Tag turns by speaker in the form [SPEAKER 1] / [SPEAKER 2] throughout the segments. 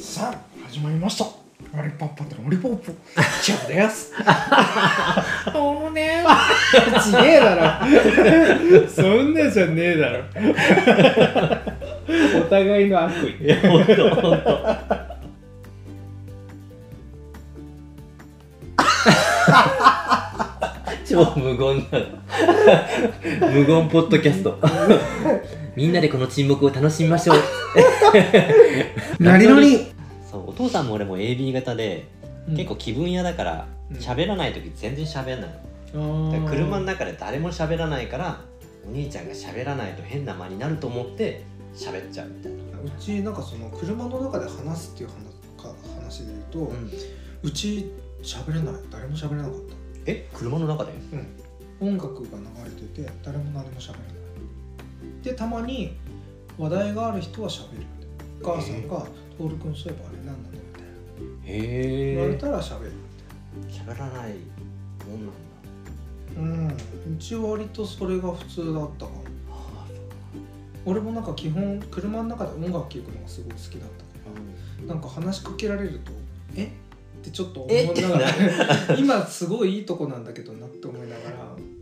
[SPEAKER 1] さん始まりましたロリポップとロリポップチェフです おーねーちげえだろそんなじゃねえだろお互いの悪意
[SPEAKER 2] いや本当本当 超無言な無言ポッドキャストみんなでこの沈黙を楽しみましょう
[SPEAKER 1] なりのり
[SPEAKER 2] そうお父さんも俺も AB 型で、結構気分屋だから
[SPEAKER 1] うん
[SPEAKER 2] 喋らない時全然喋らない、だから
[SPEAKER 1] 構
[SPEAKER 2] 車の中で誰も喋らないからお兄ちゃんが喋らないと変な間になると思って喋っちゃうみたいな、
[SPEAKER 3] うちなんかその車の中で話すっていう話か話で言うと、うち喋れない誰も喋れなかっ
[SPEAKER 2] え車の中で
[SPEAKER 3] た音楽が流れてて誰も何も喋れないでたまに話題がある人は喋るお母さんが「徹君そういえばあれなんだね」みたいな言われ
[SPEAKER 2] へえ
[SPEAKER 3] たら喋る
[SPEAKER 2] 喋らないもんなんだ
[SPEAKER 3] うんうちは割とそれが普通だったかも
[SPEAKER 2] は
[SPEAKER 3] 俺もなんか基本車の中で音楽聴くのがすごい好きだったからなんか話しかけられると「えっ?」てちょっと思
[SPEAKER 2] えっ
[SPEAKER 3] いながら 今すごいいいとこなんだけどなって思いながら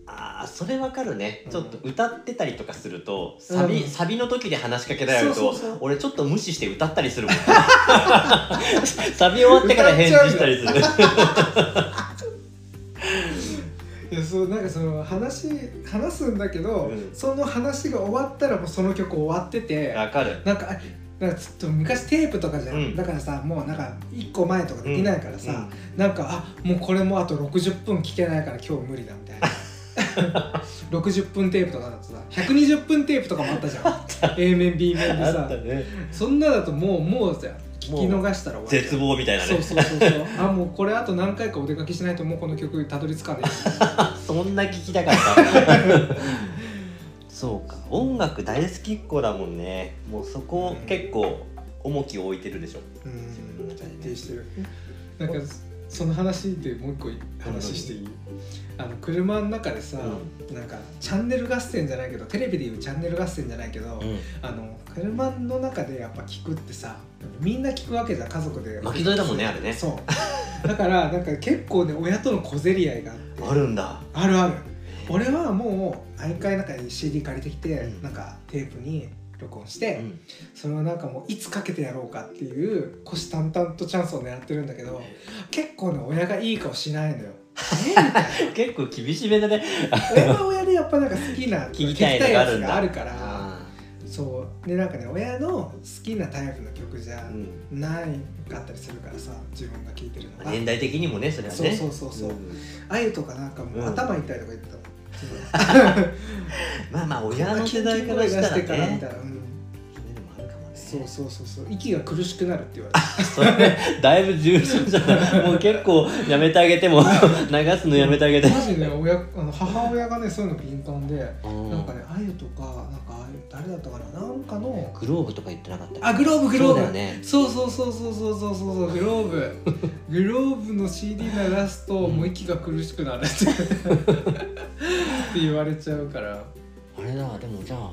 [SPEAKER 2] ああそれわかるね、
[SPEAKER 3] うん
[SPEAKER 2] ちょっと歌ってたりとかするとサビ,、
[SPEAKER 3] うん
[SPEAKER 2] サビの時で話しかけられると
[SPEAKER 3] そうそうそう
[SPEAKER 2] 俺ちょっと無視して歌ったりするもん サビ終わってから返事したりする
[SPEAKER 3] いやそうなんかその話話すんだけど、
[SPEAKER 2] うん
[SPEAKER 3] その話が終わったらもうその曲終わってて
[SPEAKER 2] わかる
[SPEAKER 3] なんかあなんかちょっと昔テープとかじゃん、
[SPEAKER 2] うん
[SPEAKER 3] だからさもうなんか1個前とかできないからさ、
[SPEAKER 2] うん
[SPEAKER 3] なんかあもうこれもあと60分聞けないから今日無理だみたいな 60分テープとかだとさ120分テープとかもあったじゃん A 面 B 面で
[SPEAKER 2] あ
[SPEAKER 3] さ
[SPEAKER 2] ったね
[SPEAKER 3] そんなだともうもうじゃん
[SPEAKER 2] も
[SPEAKER 3] 聞
[SPEAKER 2] う
[SPEAKER 3] き逃したら終わり
[SPEAKER 2] 絶望みたいなね
[SPEAKER 3] そうそうそうそうあもうこれあと何回かお出かけしないともうこの曲たどり着かね
[SPEAKER 2] そんな聞きたかった。 そうか、音楽大好きっ子だもんね。もうそこ結構重きを置いてるでしょ。
[SPEAKER 3] えう
[SPEAKER 2] 自分の
[SPEAKER 3] ん
[SPEAKER 2] 中でね
[SPEAKER 3] 徹底してるなんかその話でもう一個話していいあの車の中でさ、なんかチャンネル合戦じゃないけどテレビでいうチャンネル合戦じゃないけど、あの車の中でやっぱ聞くってさみんな聞くわけじゃん家族で
[SPEAKER 2] 巻き添えだもんねあれね
[SPEAKER 3] そうだからなんか結構ね親との小競り合いがあって
[SPEAKER 2] あるんだ。
[SPEAKER 3] あるある俺はもう毎回なんか CD 借りてきて、
[SPEAKER 2] うん
[SPEAKER 3] なんかテープに録音して、それはなんかもういつかけてやろうかっていう虎視眈々とチャンスを狙ってるんだけど結構ね親がいい顔しない のよ。えみたいな
[SPEAKER 2] 結構厳しめだね。
[SPEAKER 3] 親は親でやっぱなんか好きな
[SPEAKER 2] 聞きたい
[SPEAKER 3] 聞きた
[SPEAKER 2] のがあるんだ
[SPEAKER 3] いやつがあるからそうでなんかね親の好きなタイプの曲じゃ
[SPEAKER 2] うん
[SPEAKER 3] ないかったりするからさ自分が聴いてるのが
[SPEAKER 2] 年代的にもね、それはね。
[SPEAKER 3] そうそうそうそう
[SPEAKER 2] うん
[SPEAKER 3] あゆとかなんかもう頭痛いとか言ってたもん自分
[SPEAKER 2] まあまあ親の世代からしたら
[SPEAKER 3] キンキンに声出してからみ
[SPEAKER 2] ね
[SPEAKER 3] た。いなうん
[SPEAKER 2] それでもあるかもね。
[SPEAKER 3] そうそうそうそう息が苦しくなるって言われ
[SPEAKER 2] それね だいぶ重症じゃない。もう結構やめてあげても 流すのやめてあげて
[SPEAKER 3] て。マジね親あの母親がねそういうの敏感でなんかねあゆとかなんかあゆ誰だったかななんかの
[SPEAKER 2] グローブとか言ってなかった
[SPEAKER 3] あグローブグローブ
[SPEAKER 2] そうだよね
[SPEAKER 3] そうそうそうそうそうそうそうそうグローブ グローブの CD 鳴らすともう息が苦しくなるって って言われちゃうから
[SPEAKER 2] あれだでもじゃあ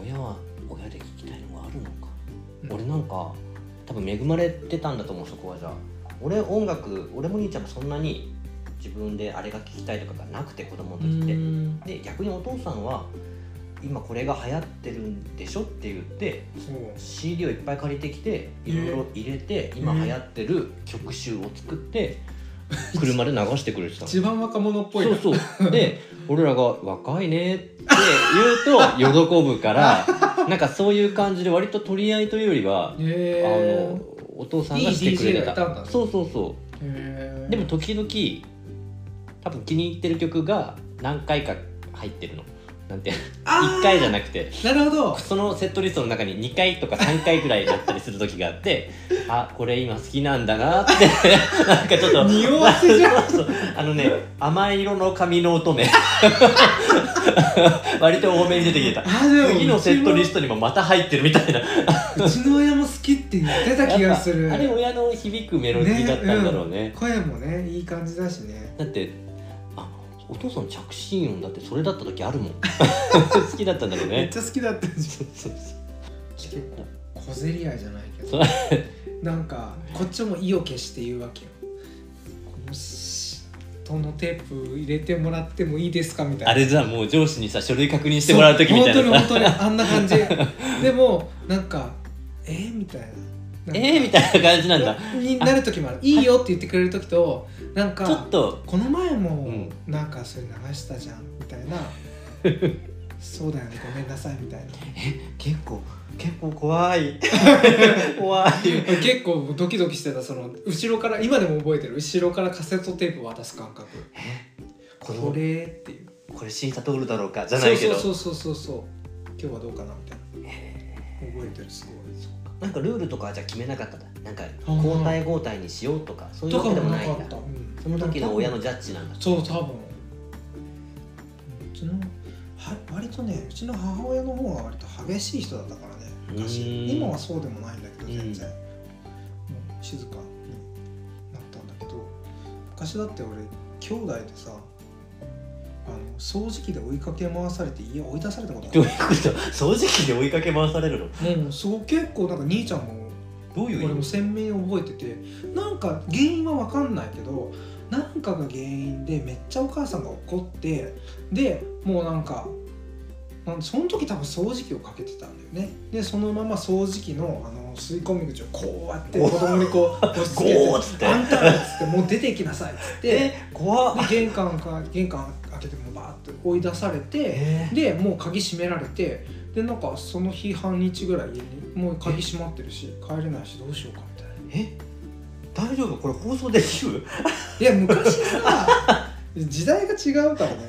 [SPEAKER 2] 親は親で聞きたいのがあるのか、俺なんか多分恵まれてたんだと思うそこはじゃあ俺音楽俺も兄ちゃんもそんなに自分であれが聞きたいとかがなくて子供の
[SPEAKER 3] う
[SPEAKER 2] 時って
[SPEAKER 3] ん
[SPEAKER 2] で逆にお父さんは今これが流行ってるんでしょって言って
[SPEAKER 3] そう
[SPEAKER 2] CD をいっぱい借りてきていろいろ入れて今流行ってる曲集を作って車で流してくれてたの
[SPEAKER 3] 一番若者っぽいな
[SPEAKER 2] そうそうで俺らが「若いね」って言う と喜ぶからなんかそういう感じで割と取り合いというよりは、
[SPEAKER 3] へ
[SPEAKER 2] あ
[SPEAKER 3] え
[SPEAKER 2] のお父さんがしてくれて
[SPEAKER 3] いい
[SPEAKER 2] た
[SPEAKER 3] DJ がいたんだね
[SPEAKER 2] そうそうそ
[SPEAKER 3] へえ
[SPEAKER 2] うでも時々多分気に入ってる曲が何回か入ってるのなんて
[SPEAKER 3] あ
[SPEAKER 2] 1回じゃなくて
[SPEAKER 3] ーなるほど
[SPEAKER 2] そのセットリストの中に2回とか3回ぐらいだったりする時があってあこれ今好きなんだなって なんかちょっと
[SPEAKER 3] 匂わせじゃん
[SPEAKER 2] そうそう あのね甘い色の髪の乙女 割と多めに出てきてた
[SPEAKER 3] あでも
[SPEAKER 2] 次のセットリ
[SPEAKER 3] ス
[SPEAKER 2] ストにもまた入ってるみたいな
[SPEAKER 3] トうちの親も好きって言ってた気がす
[SPEAKER 2] やっ
[SPEAKER 3] る
[SPEAKER 2] ぱあれ親の響くメロディーだったんだろうね
[SPEAKER 3] 声もねいい感じだしね
[SPEAKER 2] だってあお父さん着信音だってそれだった時あるもん 好きだったんだろう
[SPEAKER 3] めっ
[SPEAKER 2] ね
[SPEAKER 3] ちゃ好きだったじゃん
[SPEAKER 2] そうそうそう
[SPEAKER 3] 結構小競り合いじゃないけ
[SPEAKER 2] そ
[SPEAKER 3] ど
[SPEAKER 2] う
[SPEAKER 3] なんかこっちも意を決して言うわけよこのしどのテープ入れてもらってもいいですかみたいな
[SPEAKER 2] あれじゃあもう上司にさ書類確認してもらう時みたい
[SPEAKER 3] そう
[SPEAKER 2] な
[SPEAKER 3] 本当に本当にあんな 感じでもなんかえー、みたいななんか
[SPEAKER 2] えー、みたいな感じなんだ
[SPEAKER 3] になる時もあるいいよって言ってくれる時となん
[SPEAKER 2] ちょっ
[SPEAKER 3] か
[SPEAKER 2] と
[SPEAKER 3] この前も
[SPEAKER 2] うん
[SPEAKER 3] なんかそれ流したじゃんみた いなそうだよねごめんなさいみたいな
[SPEAKER 2] 結構結構怖 い怖い
[SPEAKER 3] 結構ドキドキしてたその後ろから今でも覚えてる後ろからカセットテープ渡す感覚
[SPEAKER 2] こ
[SPEAKER 3] こ
[SPEAKER 2] の
[SPEAKER 3] れっていう
[SPEAKER 2] これ審査通るだろうかじゃないけど
[SPEAKER 3] そうそうそうそうそう今日はどうかなみたいな覚えてるす
[SPEAKER 2] なんかルールとかはじゃあ決めなかったんだなんか
[SPEAKER 3] ごい
[SPEAKER 2] 交代交代にしようとかそういう
[SPEAKER 3] と
[SPEAKER 2] わ
[SPEAKER 3] か
[SPEAKER 2] けで
[SPEAKER 3] も
[SPEAKER 2] も
[SPEAKER 3] な
[SPEAKER 2] ない
[SPEAKER 3] か
[SPEAKER 2] ん
[SPEAKER 3] っ
[SPEAKER 2] だ
[SPEAKER 3] た、うん
[SPEAKER 2] その時の親のジャッジなんだ
[SPEAKER 3] そう多分うちのは割とねうちの母親の方が割と激しい人だったからね
[SPEAKER 2] うーん
[SPEAKER 3] 昔今はそうでもないんだけど全然
[SPEAKER 2] う
[SPEAKER 3] もう静かになったんだけど昔だって俺兄弟でさあの掃除機で追いかけ回されて家追い出されたこと
[SPEAKER 2] どう
[SPEAKER 3] が
[SPEAKER 2] いうこと掃除機で追いかけ回されるの
[SPEAKER 3] あるもうそう結構なんか兄ちゃんも
[SPEAKER 2] どういう意
[SPEAKER 3] 俺も
[SPEAKER 2] 味
[SPEAKER 3] 鮮明に覚えててなんか原因は分かんないけどなんかが原因でめっちゃお母さんが怒ってでもうなんかなんその時多分掃除機をかけてたんだよねでそのまま掃除機のあの吸い込み口をこうやって子供にこう押し付け
[SPEAKER 2] ゴーっつって
[SPEAKER 3] 「
[SPEAKER 2] て
[SPEAKER 3] あんたら」っつって「もう出てきなさい」っつってで
[SPEAKER 2] え怖っ
[SPEAKER 3] 玄関か玄関開けてもうバーって追い出されて。
[SPEAKER 2] え
[SPEAKER 3] でもう鍵閉められてでなんかその日半日ぐらい家にもう鍵閉まってるし帰れないしどうしようかみたいな
[SPEAKER 2] ーえ大丈夫これ放送できる
[SPEAKER 3] いや昔さ時代が違うからね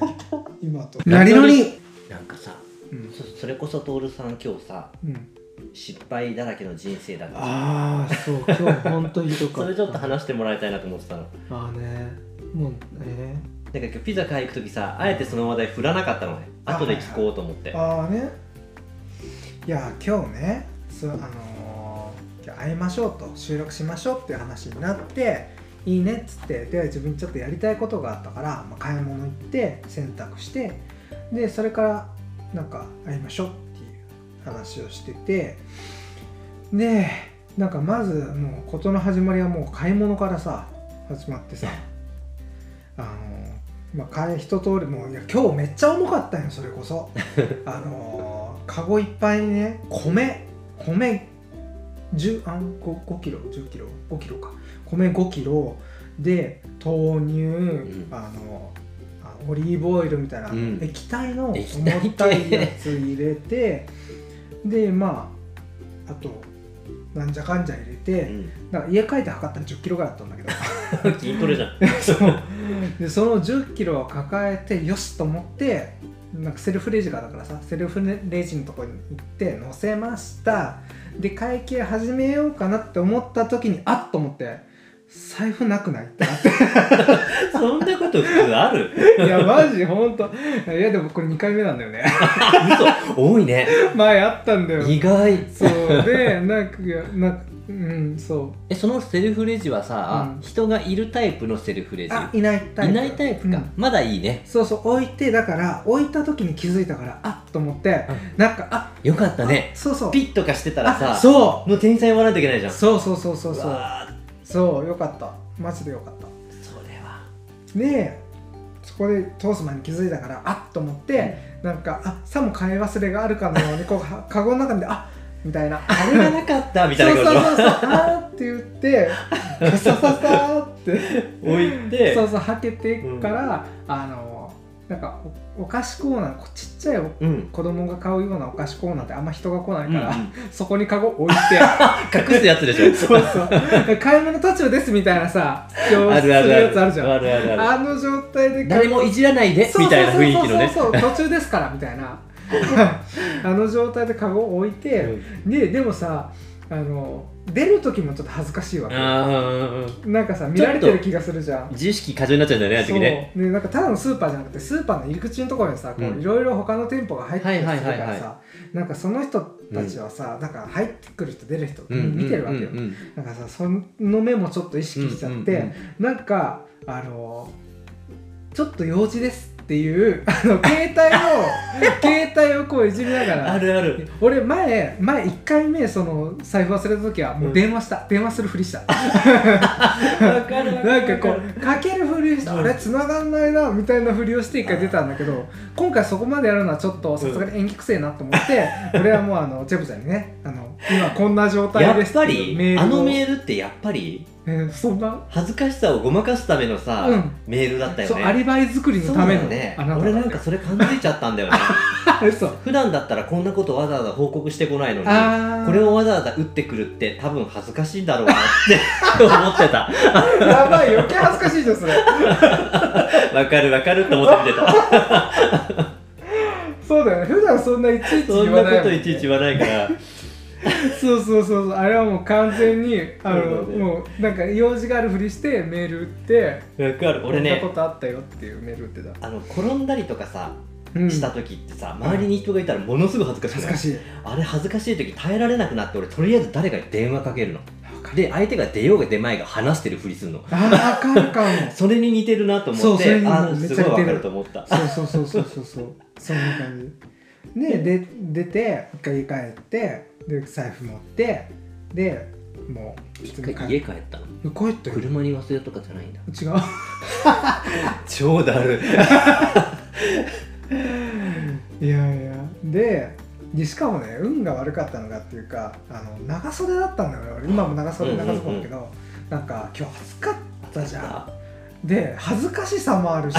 [SPEAKER 3] 今と
[SPEAKER 1] なりのり
[SPEAKER 2] なんかさ
[SPEAKER 3] うん
[SPEAKER 2] そそれこそ徹さん今日さ
[SPEAKER 3] うん、
[SPEAKER 2] 失敗だらけの人生だから
[SPEAKER 3] ああそう今日本当にひどか
[SPEAKER 2] そ
[SPEAKER 3] った
[SPEAKER 2] れちょっと話してもらいたいなと思ってたのなんか
[SPEAKER 3] ああねもうね
[SPEAKER 2] 今日ピザ買い行く時さあえてその話題振らなかったのね
[SPEAKER 3] あ
[SPEAKER 2] 後で聞こうと思って
[SPEAKER 3] ああねいや今日ねそうあのー、今日会いましょうと収録しましょうっていう話になっていいねっつってで自分ちょっとやりたいことがあったから、まあ、買い物行って洗濯してでそれからなんか会いましょうっていう話をしててでなんかまずもう事の始まりはもう買い物からさ始まってさあのまあ買い一通りもういや今日めっちゃ重かったんよそれこ そあのカゴいっぱいにね米米10あん 5, 5キロ10キロ5キロか米5キロで豆乳、
[SPEAKER 2] ん
[SPEAKER 3] あのあオリーブオイルみたいな、
[SPEAKER 2] うん
[SPEAKER 3] 液体の
[SPEAKER 2] 液体系
[SPEAKER 3] 重たいやつ入れてでまああとなんじゃかんじゃ入れ
[SPEAKER 2] う
[SPEAKER 3] て、
[SPEAKER 2] ん
[SPEAKER 3] だから家帰って測ったら1 0キロぐらいあったんだけど
[SPEAKER 2] 筋トレじゃん
[SPEAKER 3] そうでその1 0キロを抱えてよしと思ってなんかセルフレジがだからさセルフレジのとこに行って乗せましたで会計始めようかなって思った時にあっと思って財布なくないってなって
[SPEAKER 2] そんなこと普通ある
[SPEAKER 3] いやマジほんといやでもこれ2回目なんだよね
[SPEAKER 2] 嘘多いね
[SPEAKER 3] 前あったんだよ
[SPEAKER 2] 意外
[SPEAKER 3] そうでなんかなんかうんそ
[SPEAKER 2] えそのセルフレジはさ、
[SPEAKER 3] うん
[SPEAKER 2] 人がいるタイプのセルフレ
[SPEAKER 3] う
[SPEAKER 2] ジ
[SPEAKER 3] あいないタイプ
[SPEAKER 2] いないタイプか、
[SPEAKER 3] うん
[SPEAKER 2] まだいいね
[SPEAKER 3] そうそう置いてだから置いた時に気づいたからあっと思って、なんかあ
[SPEAKER 2] よかったね
[SPEAKER 3] あそうそう
[SPEAKER 2] ピッとかしてた
[SPEAKER 3] あ
[SPEAKER 2] らさ
[SPEAKER 3] そ
[SPEAKER 2] もう店員さん呼ばないといけないじゃ
[SPEAKER 3] うんそうそうそうそう
[SPEAKER 2] う
[SPEAKER 3] そう
[SPEAKER 2] わー
[SPEAKER 3] そうよかったマジでよかった
[SPEAKER 2] それは
[SPEAKER 3] でそこでトースマンに気づいたからあっと思って、なんかあさも買い忘れがあるかのようにこうは カゴの中であみたいな
[SPEAKER 2] あれがなかったみた
[SPEAKER 3] そ
[SPEAKER 2] いうな
[SPEAKER 3] そう
[SPEAKER 2] こ
[SPEAKER 3] そう
[SPEAKER 2] と
[SPEAKER 3] そうあーって言ってささささーって
[SPEAKER 2] 置いて
[SPEAKER 3] そうそうはけてから、あのなんかおお菓子コーナーこちっちゃいお
[SPEAKER 2] うん
[SPEAKER 3] 子供が買うようなお菓子コーナーってあんま人が来ない
[SPEAKER 2] うん
[SPEAKER 3] か
[SPEAKER 2] うん
[SPEAKER 3] ら、そこにカゴ置いて
[SPEAKER 2] 隠すやつでし ょ
[SPEAKER 3] そうそう買い物途中ですみたいなさ主張
[SPEAKER 2] あ
[SPEAKER 3] する
[SPEAKER 2] るある
[SPEAKER 3] やつあ
[SPEAKER 2] あ
[SPEAKER 3] るじ
[SPEAKER 2] る
[SPEAKER 3] ゃん
[SPEAKER 2] あるあるある
[SPEAKER 3] あの状態で
[SPEAKER 2] 誰もいじらないでみたいな雰囲気のね
[SPEAKER 3] そうそうそうそう途中ですからみたい なあの状態でカゴを置いて、ででもさあの出る時もちょっと恥ずかしいわけ
[SPEAKER 2] あー
[SPEAKER 3] なんかさ見られてる気がするじゃん
[SPEAKER 2] 自意識過剰になっちゃうんだよねあの時ね
[SPEAKER 3] そうでなんかただのスーパーじゃなくてスーパーの入り口のところにさこ
[SPEAKER 2] う
[SPEAKER 3] うんいろいろ他の店舗が入ってきたりするか
[SPEAKER 2] はいはい
[SPEAKER 3] ら
[SPEAKER 2] はい
[SPEAKER 3] さなんかその人たちはさ、なんか入ってくる人出る人
[SPEAKER 2] うん
[SPEAKER 3] 見てるわけよ、
[SPEAKER 2] うんうん
[SPEAKER 3] なんかさその目もちょっと意識しちゃって、
[SPEAKER 2] うんうんうん
[SPEAKER 3] なんかあのちょっと用事ですっていう あの携帯を 携帯をこういじりながら
[SPEAKER 2] あるあ る
[SPEAKER 3] 俺前前1回目その財布忘れた時はもう電話した、電話するふりした
[SPEAKER 2] わかる
[SPEAKER 3] なんかこうかけるふりして
[SPEAKER 2] うん
[SPEAKER 3] あれ繋がんないなみたいなふりをして一回出たんだけど今回そこまでやるのはちょっとさすがに演技くせえなと思って、俺はもうあのジェブちゃんにねあの今こんな状態
[SPEAKER 2] や
[SPEAKER 3] で
[SPEAKER 2] っ
[SPEAKER 3] す
[SPEAKER 2] ぱ
[SPEAKER 3] てい
[SPEAKER 2] り
[SPEAKER 3] うメー
[SPEAKER 2] あ
[SPEAKER 3] ルを
[SPEAKER 2] のメールってやっぱり
[SPEAKER 3] えーそんな
[SPEAKER 2] 恥ずかしさをごまかすためのさ、
[SPEAKER 3] うん
[SPEAKER 2] メールだったよね
[SPEAKER 3] そうアリバイ作りの
[SPEAKER 2] そう
[SPEAKER 3] た
[SPEAKER 2] だ
[SPEAKER 3] め
[SPEAKER 2] よ
[SPEAKER 3] の
[SPEAKER 2] ね
[SPEAKER 3] あなた
[SPEAKER 2] 俺なんかそれ感づいちゃったんだよね
[SPEAKER 3] 嘘
[SPEAKER 2] 普段だったらこんなことわざわざ報告してこないのに
[SPEAKER 3] あー
[SPEAKER 2] これをわざわざ打ってくるって多分恥ずかしいんだろうなって思ってた
[SPEAKER 3] やばい余計恥ずかしいじゃんそれ
[SPEAKER 2] わかるわかるって思って見てた
[SPEAKER 3] そうだよね普段そんないちいち
[SPEAKER 2] そ
[SPEAKER 3] 言
[SPEAKER 2] ん
[SPEAKER 3] わ
[SPEAKER 2] な
[SPEAKER 3] ないも
[SPEAKER 2] こ
[SPEAKER 3] ん
[SPEAKER 2] と
[SPEAKER 3] ね
[SPEAKER 2] いちいち言わな いから
[SPEAKER 3] そうそうそうそうあれはもう完全にあの
[SPEAKER 2] そうだね
[SPEAKER 3] もうなんか用事があるふりしてメール打って
[SPEAKER 2] わかる俺
[SPEAKER 3] こん
[SPEAKER 2] ね
[SPEAKER 3] なことあったよっていうメール打ってた
[SPEAKER 2] あの転んだりとかさ
[SPEAKER 3] うん
[SPEAKER 2] した時ってさ、周りに人がいたらものすごい恥ずかし
[SPEAKER 3] 恥
[SPEAKER 2] く
[SPEAKER 3] ず
[SPEAKER 2] ない
[SPEAKER 3] かしい
[SPEAKER 2] あれ恥ずかしい時耐えられなくなって俺とりあえず誰かに電話かけるので相手が出ようが出まいが話してるふりするの
[SPEAKER 3] あーわかるかも
[SPEAKER 2] それに似てるなと思って
[SPEAKER 3] そうそれにも
[SPEAKER 2] あ
[SPEAKER 3] めっ
[SPEAKER 2] す
[SPEAKER 3] ちゃ
[SPEAKER 2] ごいわか
[SPEAKER 3] 似て
[SPEAKER 2] る
[SPEAKER 3] る
[SPEAKER 2] と思った
[SPEAKER 3] そうそうそうそうそうそうそんな感じでで出て一回家帰ってで財布持ってでもう
[SPEAKER 2] 一回家帰ったの
[SPEAKER 3] 帰ったよ
[SPEAKER 2] 車に忘れたとかじゃないん
[SPEAKER 3] 違
[SPEAKER 2] だ
[SPEAKER 3] う
[SPEAKER 2] 超だる
[SPEAKER 3] いやいやででしかもね運が悪かったのがっていうかあの長袖だったんだよね俺今も長袖
[SPEAKER 2] うんうんうん
[SPEAKER 3] 長袖だけど、なんか今日暑かったじゃん
[SPEAKER 2] あ
[SPEAKER 3] で恥ずかしさもあるし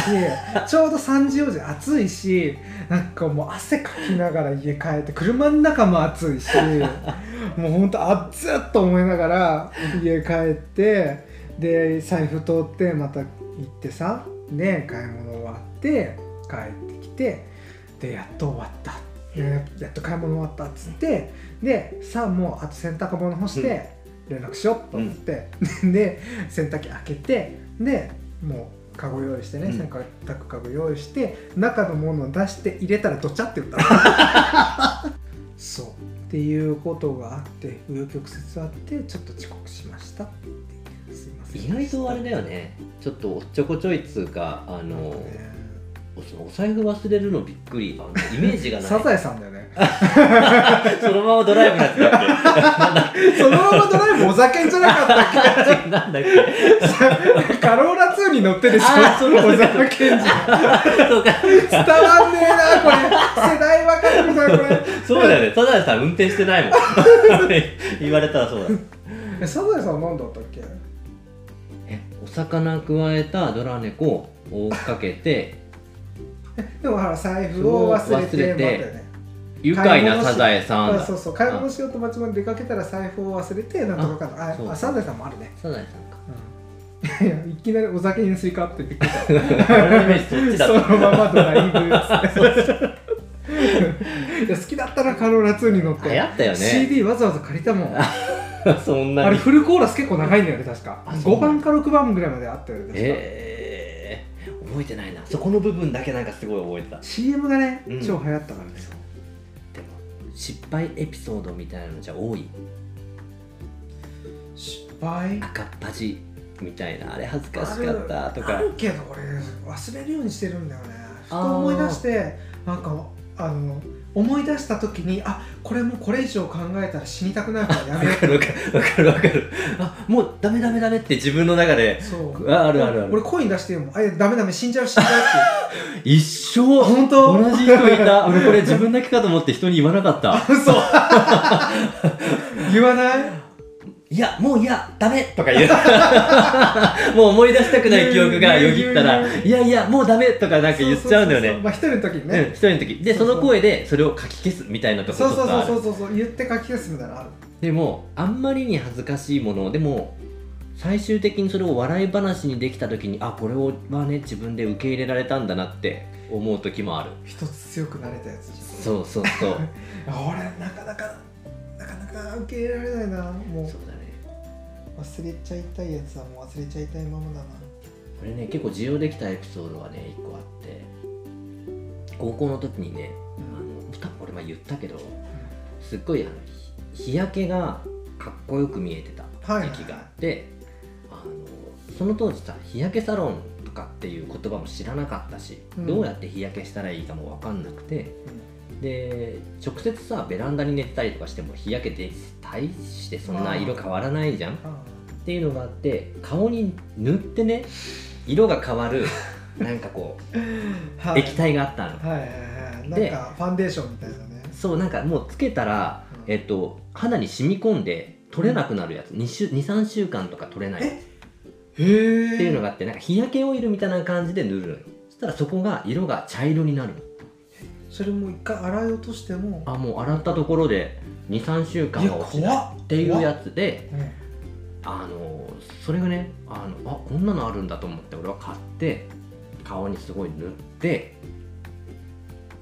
[SPEAKER 3] ちょうど3時4時暑いしなんかもう汗かきながら家帰って車の中も暑いしもうほんと暑っと思いながら家帰ってで財布取ってまた行ってさで買い物終わって帰ってきてでやっと終わったややっと買い物終わったっつってでさあもうあと洗濯物干して連絡しようと思って、 で洗濯機開けてでもうカゴ用意してね、
[SPEAKER 2] うん
[SPEAKER 3] 洗濯カゴ用意して中のものを出して入れたらドチャって打ったの そうっていうことがあって紆余曲折あってちょっと遅刻しましたっていうすいません
[SPEAKER 2] 意外とあれだよねちょっとおっちょこちょいっつうかあの、
[SPEAKER 3] ね
[SPEAKER 2] おそのお財布忘れるのびっくりあのイメージが ない
[SPEAKER 3] サザエさんだよね
[SPEAKER 2] そのままドライブなってたっ
[SPEAKER 3] そのままドライブお酒んじゃなかった っけ
[SPEAKER 2] け なんだっけ
[SPEAKER 3] カローラ2に乗ってでしょ
[SPEAKER 2] あーそうかそう
[SPEAKER 3] 小
[SPEAKER 2] か
[SPEAKER 3] 沢健二
[SPEAKER 2] そうか
[SPEAKER 3] 伝わんねえなこれ世代わかるなこれ
[SPEAKER 2] そうだよねサザエさん運転してないもん 言われたらそうだ
[SPEAKER 3] えサザエさん何だったっけ
[SPEAKER 2] えお魚くわえたドラ猫を追っかけて
[SPEAKER 3] でもほら財布を忘れて
[SPEAKER 2] 忘れ
[SPEAKER 3] 待
[SPEAKER 2] て
[SPEAKER 3] ってね
[SPEAKER 2] 愉快なサザエさん
[SPEAKER 3] あ
[SPEAKER 2] だ
[SPEAKER 3] そうそう買い物しようと街まで出かけたら財布を忘れてなんとかかん
[SPEAKER 2] あそ
[SPEAKER 3] あ
[SPEAKER 2] う
[SPEAKER 3] あサザエさんもあるね、
[SPEAKER 2] サザエさんか
[SPEAKER 3] うん、いやいきなりお酒にスイカってび っくりした
[SPEAKER 2] 俺のイメージそっちだ
[SPEAKER 3] そ
[SPEAKER 2] っ
[SPEAKER 3] のままドライブっ つっていや好きだったなカローラ2に乗ったて
[SPEAKER 2] 流行ったよね
[SPEAKER 3] CD わざわざ借りたもん
[SPEAKER 2] そんな
[SPEAKER 3] あれ
[SPEAKER 2] に
[SPEAKER 3] フルコーラス結構長いんだよね確か
[SPEAKER 2] あそう
[SPEAKER 3] 5番か6番ぐらいまであったよね確か、
[SPEAKER 2] えー、覚えてないなそこの部分だけなんかすごい覚えてた
[SPEAKER 3] CM がね、
[SPEAKER 2] うん
[SPEAKER 3] 超流行ったからね
[SPEAKER 2] でも失敗エピソードみたいなのじゃ多い
[SPEAKER 3] 失敗
[SPEAKER 2] 赤っ恥みたいなあれ恥ずかし
[SPEAKER 3] あ
[SPEAKER 2] か
[SPEAKER 3] る
[SPEAKER 2] ったと
[SPEAKER 3] あ
[SPEAKER 2] か
[SPEAKER 3] るけど俺忘れるようにしてるんだよねふ
[SPEAKER 2] あー
[SPEAKER 3] と思い出してなんかあの思い出した時にあこれもうこれ以上考えたら死にたくなるからや
[SPEAKER 2] わ
[SPEAKER 3] めよ
[SPEAKER 2] かるわかるわかるわかるあもうダメダメダメって自分の中で
[SPEAKER 3] うそう
[SPEAKER 2] ああるあるある
[SPEAKER 3] 俺声に出してるもんあいやダメダメ死んじゃう死んじゃうって
[SPEAKER 2] 一 生
[SPEAKER 3] 本当
[SPEAKER 2] 同じ人いた俺これ自分だけかと思って人に言わなかった
[SPEAKER 3] 嘘言わない
[SPEAKER 2] いやもういやダメとか言う もう思い出したくない記憶がよぎったら
[SPEAKER 3] 言う言う言う
[SPEAKER 2] いやいやもうダメとかなんか言っちゃうんだ
[SPEAKER 3] そそそ
[SPEAKER 2] よ
[SPEAKER 3] そ
[SPEAKER 2] ね
[SPEAKER 3] まあ一人の時に
[SPEAKER 2] うん
[SPEAKER 3] ね、
[SPEAKER 2] 一人の時で
[SPEAKER 3] そ
[SPEAKER 2] そう
[SPEAKER 3] そう
[SPEAKER 2] の声でそれをかき消すみたいなとこち
[SPEAKER 3] そ
[SPEAKER 2] ょ
[SPEAKER 3] う
[SPEAKER 2] っ
[SPEAKER 3] そう
[SPEAKER 2] とあ
[SPEAKER 3] そ
[SPEAKER 2] る
[SPEAKER 3] うそうそう言って書き消すみたいなのある
[SPEAKER 2] でもあんまりに恥ずかしいものでも最終的にそれを笑い話にできた時にあこれはね自分で受け入れられたんだなって思う時もある
[SPEAKER 3] 一つ強くなれたやつじゃん
[SPEAKER 2] そうそう そう
[SPEAKER 3] あ俺なかなかなかなか受け入れられないなも
[SPEAKER 2] そうだね
[SPEAKER 3] う忘れちゃいたいやつはもう忘れちゃいたいままだな
[SPEAKER 2] これね結構需要できたエピソードがね1個あって高校の時にねあの多分俺前言ったけどすっごいあの日日焼けがかっこよく見えてた
[SPEAKER 3] はいはいはい
[SPEAKER 2] 時期があって、あのその当時さ日焼けサロンとかっていう言葉も知らなかったし、
[SPEAKER 3] うん
[SPEAKER 2] どうやって日焼けしたらいいかも分かんなくてで直接さベランダに寝てたりとかしても日焼けて大してそんな色変わらないじゃんっ
[SPEAKER 3] あ
[SPEAKER 2] ていうのがあって顔に塗ってね色が変 わるなんかこ
[SPEAKER 3] あは
[SPEAKER 2] う
[SPEAKER 3] い
[SPEAKER 2] 液体があったの
[SPEAKER 3] はいはいはいなん
[SPEAKER 2] で
[SPEAKER 3] かファンデーションみたいなね
[SPEAKER 2] そうなんかもうつけたら、
[SPEAKER 3] うん
[SPEAKER 2] えっと、肌に染み込んで取れなくなるやつ23週間とか取れない
[SPEAKER 3] え
[SPEAKER 2] っ
[SPEAKER 3] へえ
[SPEAKER 2] ていうのがあってなんか日焼けオイルみたいな感じで塗るのよそしたらそこが色が茶色になるの
[SPEAKER 3] それも一回洗い落としても
[SPEAKER 2] あもう洗ったところで23週間
[SPEAKER 3] いや
[SPEAKER 2] は落ちない
[SPEAKER 3] 怖っ
[SPEAKER 2] っていうやつで
[SPEAKER 3] うん
[SPEAKER 2] あのそれがねあのあこんなのあるんだと思って俺は買って顔にすごい塗って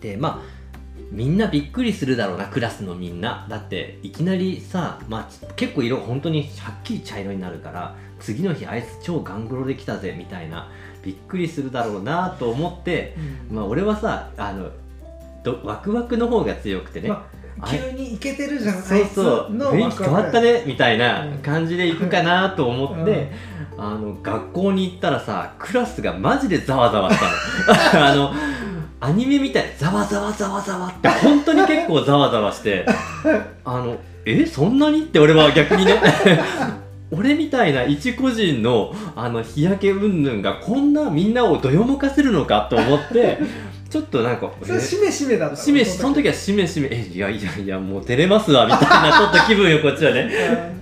[SPEAKER 2] でまあみんなびっくりするだろうなクラスのみんなだっていきなりさ、まあ、結構色本当にはっきり茶色になるから次の日あいつ超ガングロできたぜみたいなびっくりするだろうなと思って、
[SPEAKER 3] うん
[SPEAKER 2] まあ、俺はさあのどワクワクの方が強くてね、
[SPEAKER 3] ま
[SPEAKER 2] あ
[SPEAKER 3] 急にいけてるじゃん
[SPEAKER 2] そうそう雰囲気変わった
[SPEAKER 3] ね
[SPEAKER 2] ねみたいな
[SPEAKER 3] うん
[SPEAKER 2] 感じで行くかなと思って、あの学校に行ったらさクラスがマジでざわざわしたの あのアニメみたいにざわざわざわざわって本当に結構ざわざわしてあのえそんなにって俺は逆にね 俺みたいな一個人のあの日焼け云々がこんなみんなをどよもかせるのかと思ってちょっとなんか
[SPEAKER 3] それしめしめだったの
[SPEAKER 2] しめしその時はしめしめえいやいやいやもう照れますわみたいなちょっと気分よこっちはね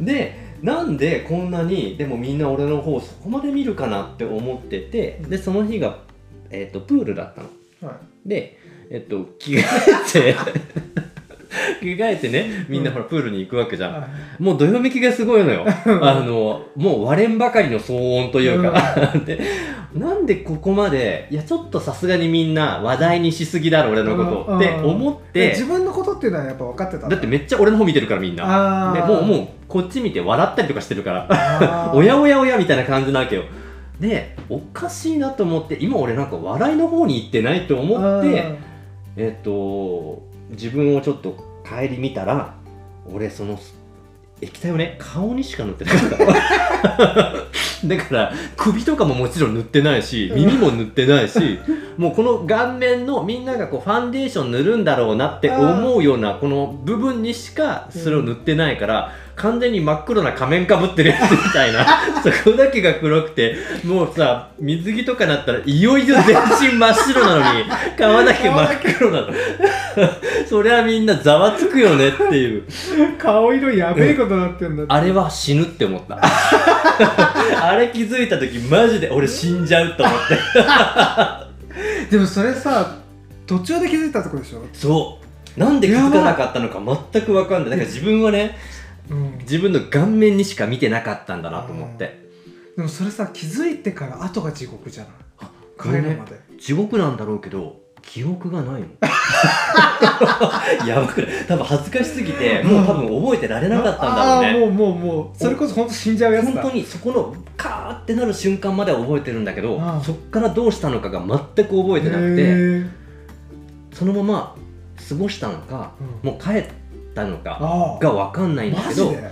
[SPEAKER 3] うん
[SPEAKER 2] でなんでこんなにでもみんな俺の方そこまで見るかなって思っててでその日が、えっとプールだったの
[SPEAKER 3] はい
[SPEAKER 2] でえっと着替えて 着替えてねみんなほらプールに行くわけじゃん、
[SPEAKER 3] は
[SPEAKER 2] もうどよめきがすごいのよあのもう割れんばかりの騒音というか、 でなんでここまでいやちょっとさすがにみんな話題にしすぎだろ俺のこと、
[SPEAKER 3] うん
[SPEAKER 2] って思っ
[SPEAKER 3] い
[SPEAKER 2] て
[SPEAKER 3] 自分のことっていうのはやっぱ分かってた
[SPEAKER 2] だってめっちゃ俺の方見てるからみんな
[SPEAKER 3] あ
[SPEAKER 2] で
[SPEAKER 3] ー
[SPEAKER 2] もうもうこっち見て笑ったりとかしてるから
[SPEAKER 3] あ ー
[SPEAKER 2] おやおやおやみたいな感じなわけよでおかしいなと思って今俺なんか笑いの方に行ってないと思ってえっと自分をちょっと顧みたら俺その液体をね顔にしか塗ってなかった だから首とかももちろん塗ってないし耳も塗ってないしもうこの顔面のみんながこうファンデーション塗るんだろうなって思うようなこの部分にしかそれを塗ってないから、完全に真っ黒な仮面かぶってるやつみたいなそこだけが黒くてもうさ水着とかなったらいよいよ全身真っ白なのに顔だけ真っ黒なの そりゃみんなざわつくよねっていう
[SPEAKER 3] うん顔色やべえことになってんだって
[SPEAKER 2] あれは死ぬって思った。 あれ気づいた時マジで俺死んじゃうと思って。
[SPEAKER 3] でもそれさ途中で気づいたとこでしょ、
[SPEAKER 2] そう。なんで気づかなかったのか全く分かんない。だから自分はね、
[SPEAKER 3] うん、で
[SPEAKER 2] 自分の顔面にしか見てなかったんだなと思って。
[SPEAKER 3] もそれさ気づいてから後が地獄じゃない
[SPEAKER 2] あ
[SPEAKER 3] 帰るまで、
[SPEAKER 2] 地獄なんだろうけど、記憶がないの。 やばくない多分恥ずかしすぎて、もう多分覚えてられなかったんだろうね。
[SPEAKER 3] ああーもうもうもうそれこそ本当死んじゃうやつ
[SPEAKER 2] 本
[SPEAKER 3] だ
[SPEAKER 2] 当にそこのカーってなる瞬間までは覚えてるんだけど、
[SPEAKER 3] ああ
[SPEAKER 2] そっからどうしたのかが全く覚えてなくて、
[SPEAKER 3] へー
[SPEAKER 2] そのまま過ごしたのか、
[SPEAKER 3] うん
[SPEAKER 2] もう帰ったのか
[SPEAKER 3] あ
[SPEAKER 2] が分かんないんだ
[SPEAKER 3] マ
[SPEAKER 2] け
[SPEAKER 3] ジ
[SPEAKER 2] ど
[SPEAKER 3] で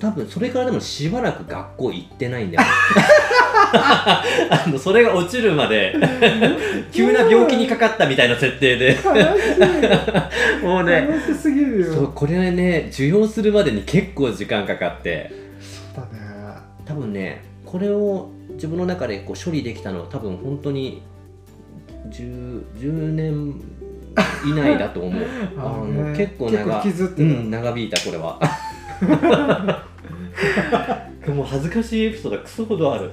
[SPEAKER 2] 多分それからでもしばらく学校行ってないんだ よねあのそれが落ちるまで 急な病気にかかったみたいな設定で
[SPEAKER 3] 悲
[SPEAKER 2] もうね
[SPEAKER 3] しい悲しすぎるよ
[SPEAKER 2] そうこれね受容するまでに結構時間かかって
[SPEAKER 3] そうだね
[SPEAKER 2] 多分ねこれを自分の中でこう処理できたのは多分本当に 10, 10年以内だと思 うあの
[SPEAKER 3] ね
[SPEAKER 2] 結構長
[SPEAKER 3] 結構引きずって
[SPEAKER 2] う
[SPEAKER 3] た
[SPEAKER 2] ん、長引いたこれは もう恥ずかしいエピソードがクソほどある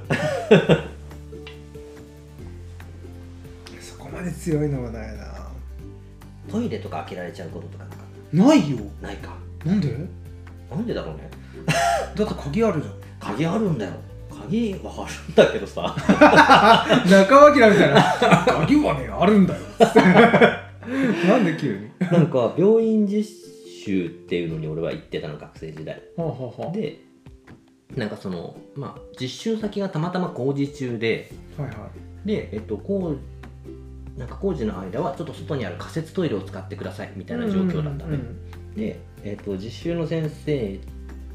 [SPEAKER 3] そこまで強いのはないな
[SPEAKER 2] トイレとか開けられちゃうこととかなんか
[SPEAKER 3] ないよ
[SPEAKER 2] ないか
[SPEAKER 3] なんで
[SPEAKER 2] なんでだろうね
[SPEAKER 3] だって鍵あるじ ゃん
[SPEAKER 2] 鍵あるんだよ鍵はあるんだけどさ
[SPEAKER 3] 中脇らみた いな鍵はねあるんだよ なんで急に
[SPEAKER 2] なんか病院実習っていうのに俺は行ってたの学生時代
[SPEAKER 3] ほうほうほ
[SPEAKER 2] でなんかその、まあ、実習先がたまたま工事中で
[SPEAKER 3] うはいは
[SPEAKER 2] で、えっと、工なんか工事の間はちょっと外にある仮設トイレを使ってくださいみ
[SPEAKER 3] い
[SPEAKER 2] たいな状況だっ
[SPEAKER 3] うん
[SPEAKER 2] たね、
[SPEAKER 3] うんうん
[SPEAKER 2] で、えっと、実習の先生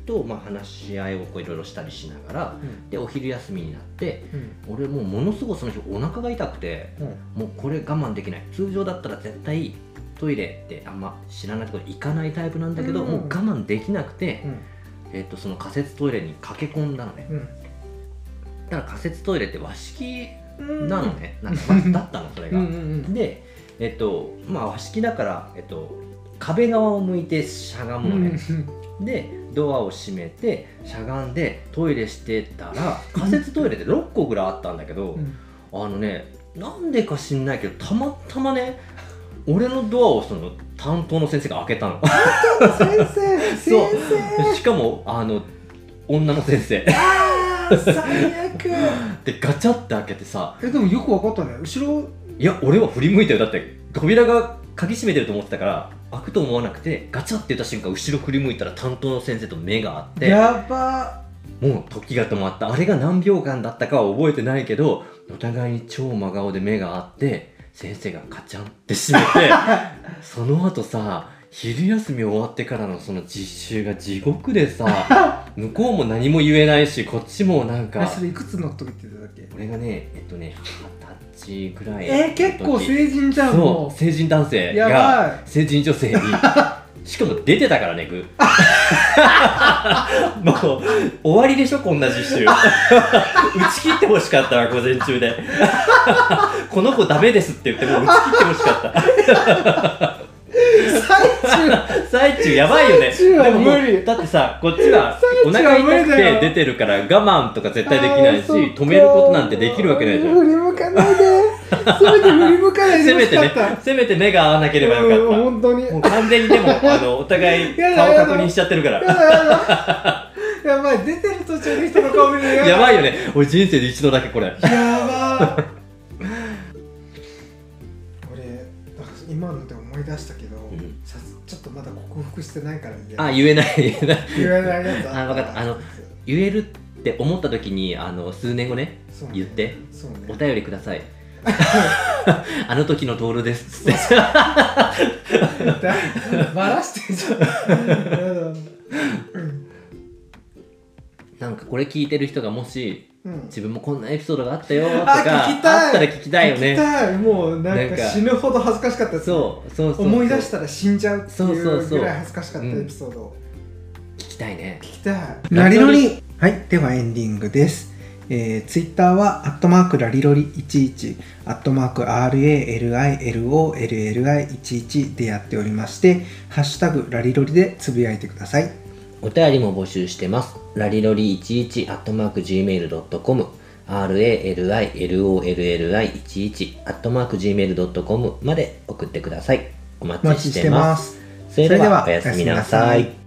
[SPEAKER 2] と、まあ、話し合いをこういろいろしたりしながら
[SPEAKER 3] うん
[SPEAKER 2] でお昼休みになって
[SPEAKER 3] うん
[SPEAKER 2] 俺もうものすごいその日お腹が痛くて
[SPEAKER 3] うん
[SPEAKER 2] もうこれ我慢できない通常だったら絶対トイレってあんま知らないところ行かないタイプなんだけど、
[SPEAKER 3] うん
[SPEAKER 2] もう我慢できなくて、えっとその仮設トイレに駆け込んだのね
[SPEAKER 3] うん
[SPEAKER 2] だから仮設トイレって和式
[SPEAKER 3] うん
[SPEAKER 2] なのね、なんかまあだったのそれ
[SPEAKER 3] う
[SPEAKER 2] が、
[SPEAKER 3] んうん
[SPEAKER 2] でえっとまあ和式だから、えっと、壁側を向いてしゃが
[SPEAKER 3] うん
[SPEAKER 2] むのね、でドアを閉めてしゃがんでトイレしてたら仮設トイレって6個ぐらいあったんだけ
[SPEAKER 3] う
[SPEAKER 2] ど、
[SPEAKER 3] ん
[SPEAKER 2] あのねなんでか知んないけどたまたまね俺のドアをその担当の先生が開けたの
[SPEAKER 3] 先生
[SPEAKER 2] そう
[SPEAKER 3] 先生
[SPEAKER 2] しかもあの女の先生
[SPEAKER 3] あー最悪
[SPEAKER 2] でガチャって開けてさ
[SPEAKER 3] えでもよく分かったね後ろ
[SPEAKER 2] いや俺は振り向いたよだって扉が鍵閉めてると思ってたから開くと思わなくてガチャって言った瞬間後ろ振り向いたら担当の先生と目が合って
[SPEAKER 3] やば
[SPEAKER 2] もう時が止まったあれが何秒間だったかは覚えてないけどお互いに超真顔で目が合って先生がカチャンって閉めて その後さ昼休み終わってからのその実習が地獄で さ向こうも何も言えないしこっちもなん
[SPEAKER 3] え
[SPEAKER 2] か
[SPEAKER 3] それいくつの時って言ってたっけ
[SPEAKER 2] 俺がねえっとね二十歳ぐらい
[SPEAKER 3] えー結構成人じゃん
[SPEAKER 2] そ
[SPEAKER 3] も
[SPEAKER 2] う成人男性
[SPEAKER 3] やば
[SPEAKER 2] が成人女性 にしかも出てたからねグもう終わりでしょこんな実 習打ち切ってほしかったわ午前中で この子ダメですって言ってもう打ち切ってほしか っ
[SPEAKER 3] う
[SPEAKER 2] た
[SPEAKER 3] 最中
[SPEAKER 2] 最中やばいよね
[SPEAKER 3] 最中は
[SPEAKER 2] でももう
[SPEAKER 3] 無理
[SPEAKER 2] だってさこっちはお
[SPEAKER 3] 最中は
[SPEAKER 2] 腹
[SPEAKER 3] 無理だよ
[SPEAKER 2] 痛くて出てるから我慢とか絶対できないし
[SPEAKER 3] あーそっか
[SPEAKER 2] 止めることなんてできるわけないじゃん
[SPEAKER 3] 振り向かないでせめて振り向かないで
[SPEAKER 2] せめて
[SPEAKER 3] ほ
[SPEAKER 2] ね
[SPEAKER 3] しかった
[SPEAKER 2] せめて目が合わなければよかった、
[SPEAKER 3] うん本当に
[SPEAKER 2] もう完全にでもあのお互い
[SPEAKER 3] やだ
[SPEAKER 2] 顔
[SPEAKER 3] やだ
[SPEAKER 2] 確認しちゃってるから
[SPEAKER 3] やばいやばいやばい出てる途中に人の顔見るのやばい
[SPEAKER 2] やばいよね俺人生で一度だけこれ
[SPEAKER 3] やばー俺なんか今ので思い出したけど、
[SPEAKER 2] ん
[SPEAKER 3] さちょっとまだ克服してないから言え
[SPEAKER 2] あ言えない 言えない
[SPEAKER 3] 言えないやつ
[SPEAKER 2] あ分かったあの言えるって思った時にあの数年後ね
[SPEAKER 3] そうね
[SPEAKER 2] 言って
[SPEAKER 3] そうね
[SPEAKER 2] お便りください あの時のトールです っつって
[SPEAKER 3] バラしてんじゃんやだ
[SPEAKER 2] なんかこれ聞いてる人がもし
[SPEAKER 3] うん
[SPEAKER 2] 自分もこんなエピソードがあったよとか
[SPEAKER 3] あ聞きたい
[SPEAKER 2] あったら聞きたいよ
[SPEAKER 3] 聞き
[SPEAKER 2] ね
[SPEAKER 3] たいもうなん
[SPEAKER 2] なん
[SPEAKER 3] か
[SPEAKER 2] か
[SPEAKER 3] 死ぬほど恥ずかしかったやつ
[SPEAKER 2] そうそうそう
[SPEAKER 3] 思い出したたら死んじゃうって
[SPEAKER 2] そうそ
[SPEAKER 3] いうう
[SPEAKER 2] そう
[SPEAKER 3] ぐらい恥ずかしかったエピソードを
[SPEAKER 2] 聞きたいね
[SPEAKER 3] 聞きたい
[SPEAKER 2] ラリロリ
[SPEAKER 3] はいではエンディングですえー、ツイッターは、アットマークラリロリ11、アットマーク RALILOLLI11 でやっておりまして、ハッシュタグラリロリでつぶやいてください。
[SPEAKER 2] お便りも募集してます。ラリロリ11アットマーク Gmail.com ralilololli11 アットマーク Gmail.com まで送ってください。お
[SPEAKER 3] お
[SPEAKER 2] 待
[SPEAKER 3] 待
[SPEAKER 2] ち
[SPEAKER 3] ち
[SPEAKER 2] し
[SPEAKER 3] してて
[SPEAKER 2] ま。
[SPEAKER 3] ますす。
[SPEAKER 2] それではお
[SPEAKER 3] それ
[SPEAKER 2] や
[SPEAKER 3] では
[SPEAKER 2] すみな
[SPEAKER 3] おやすみな
[SPEAKER 2] さ
[SPEAKER 3] さ
[SPEAKER 2] い
[SPEAKER 3] い。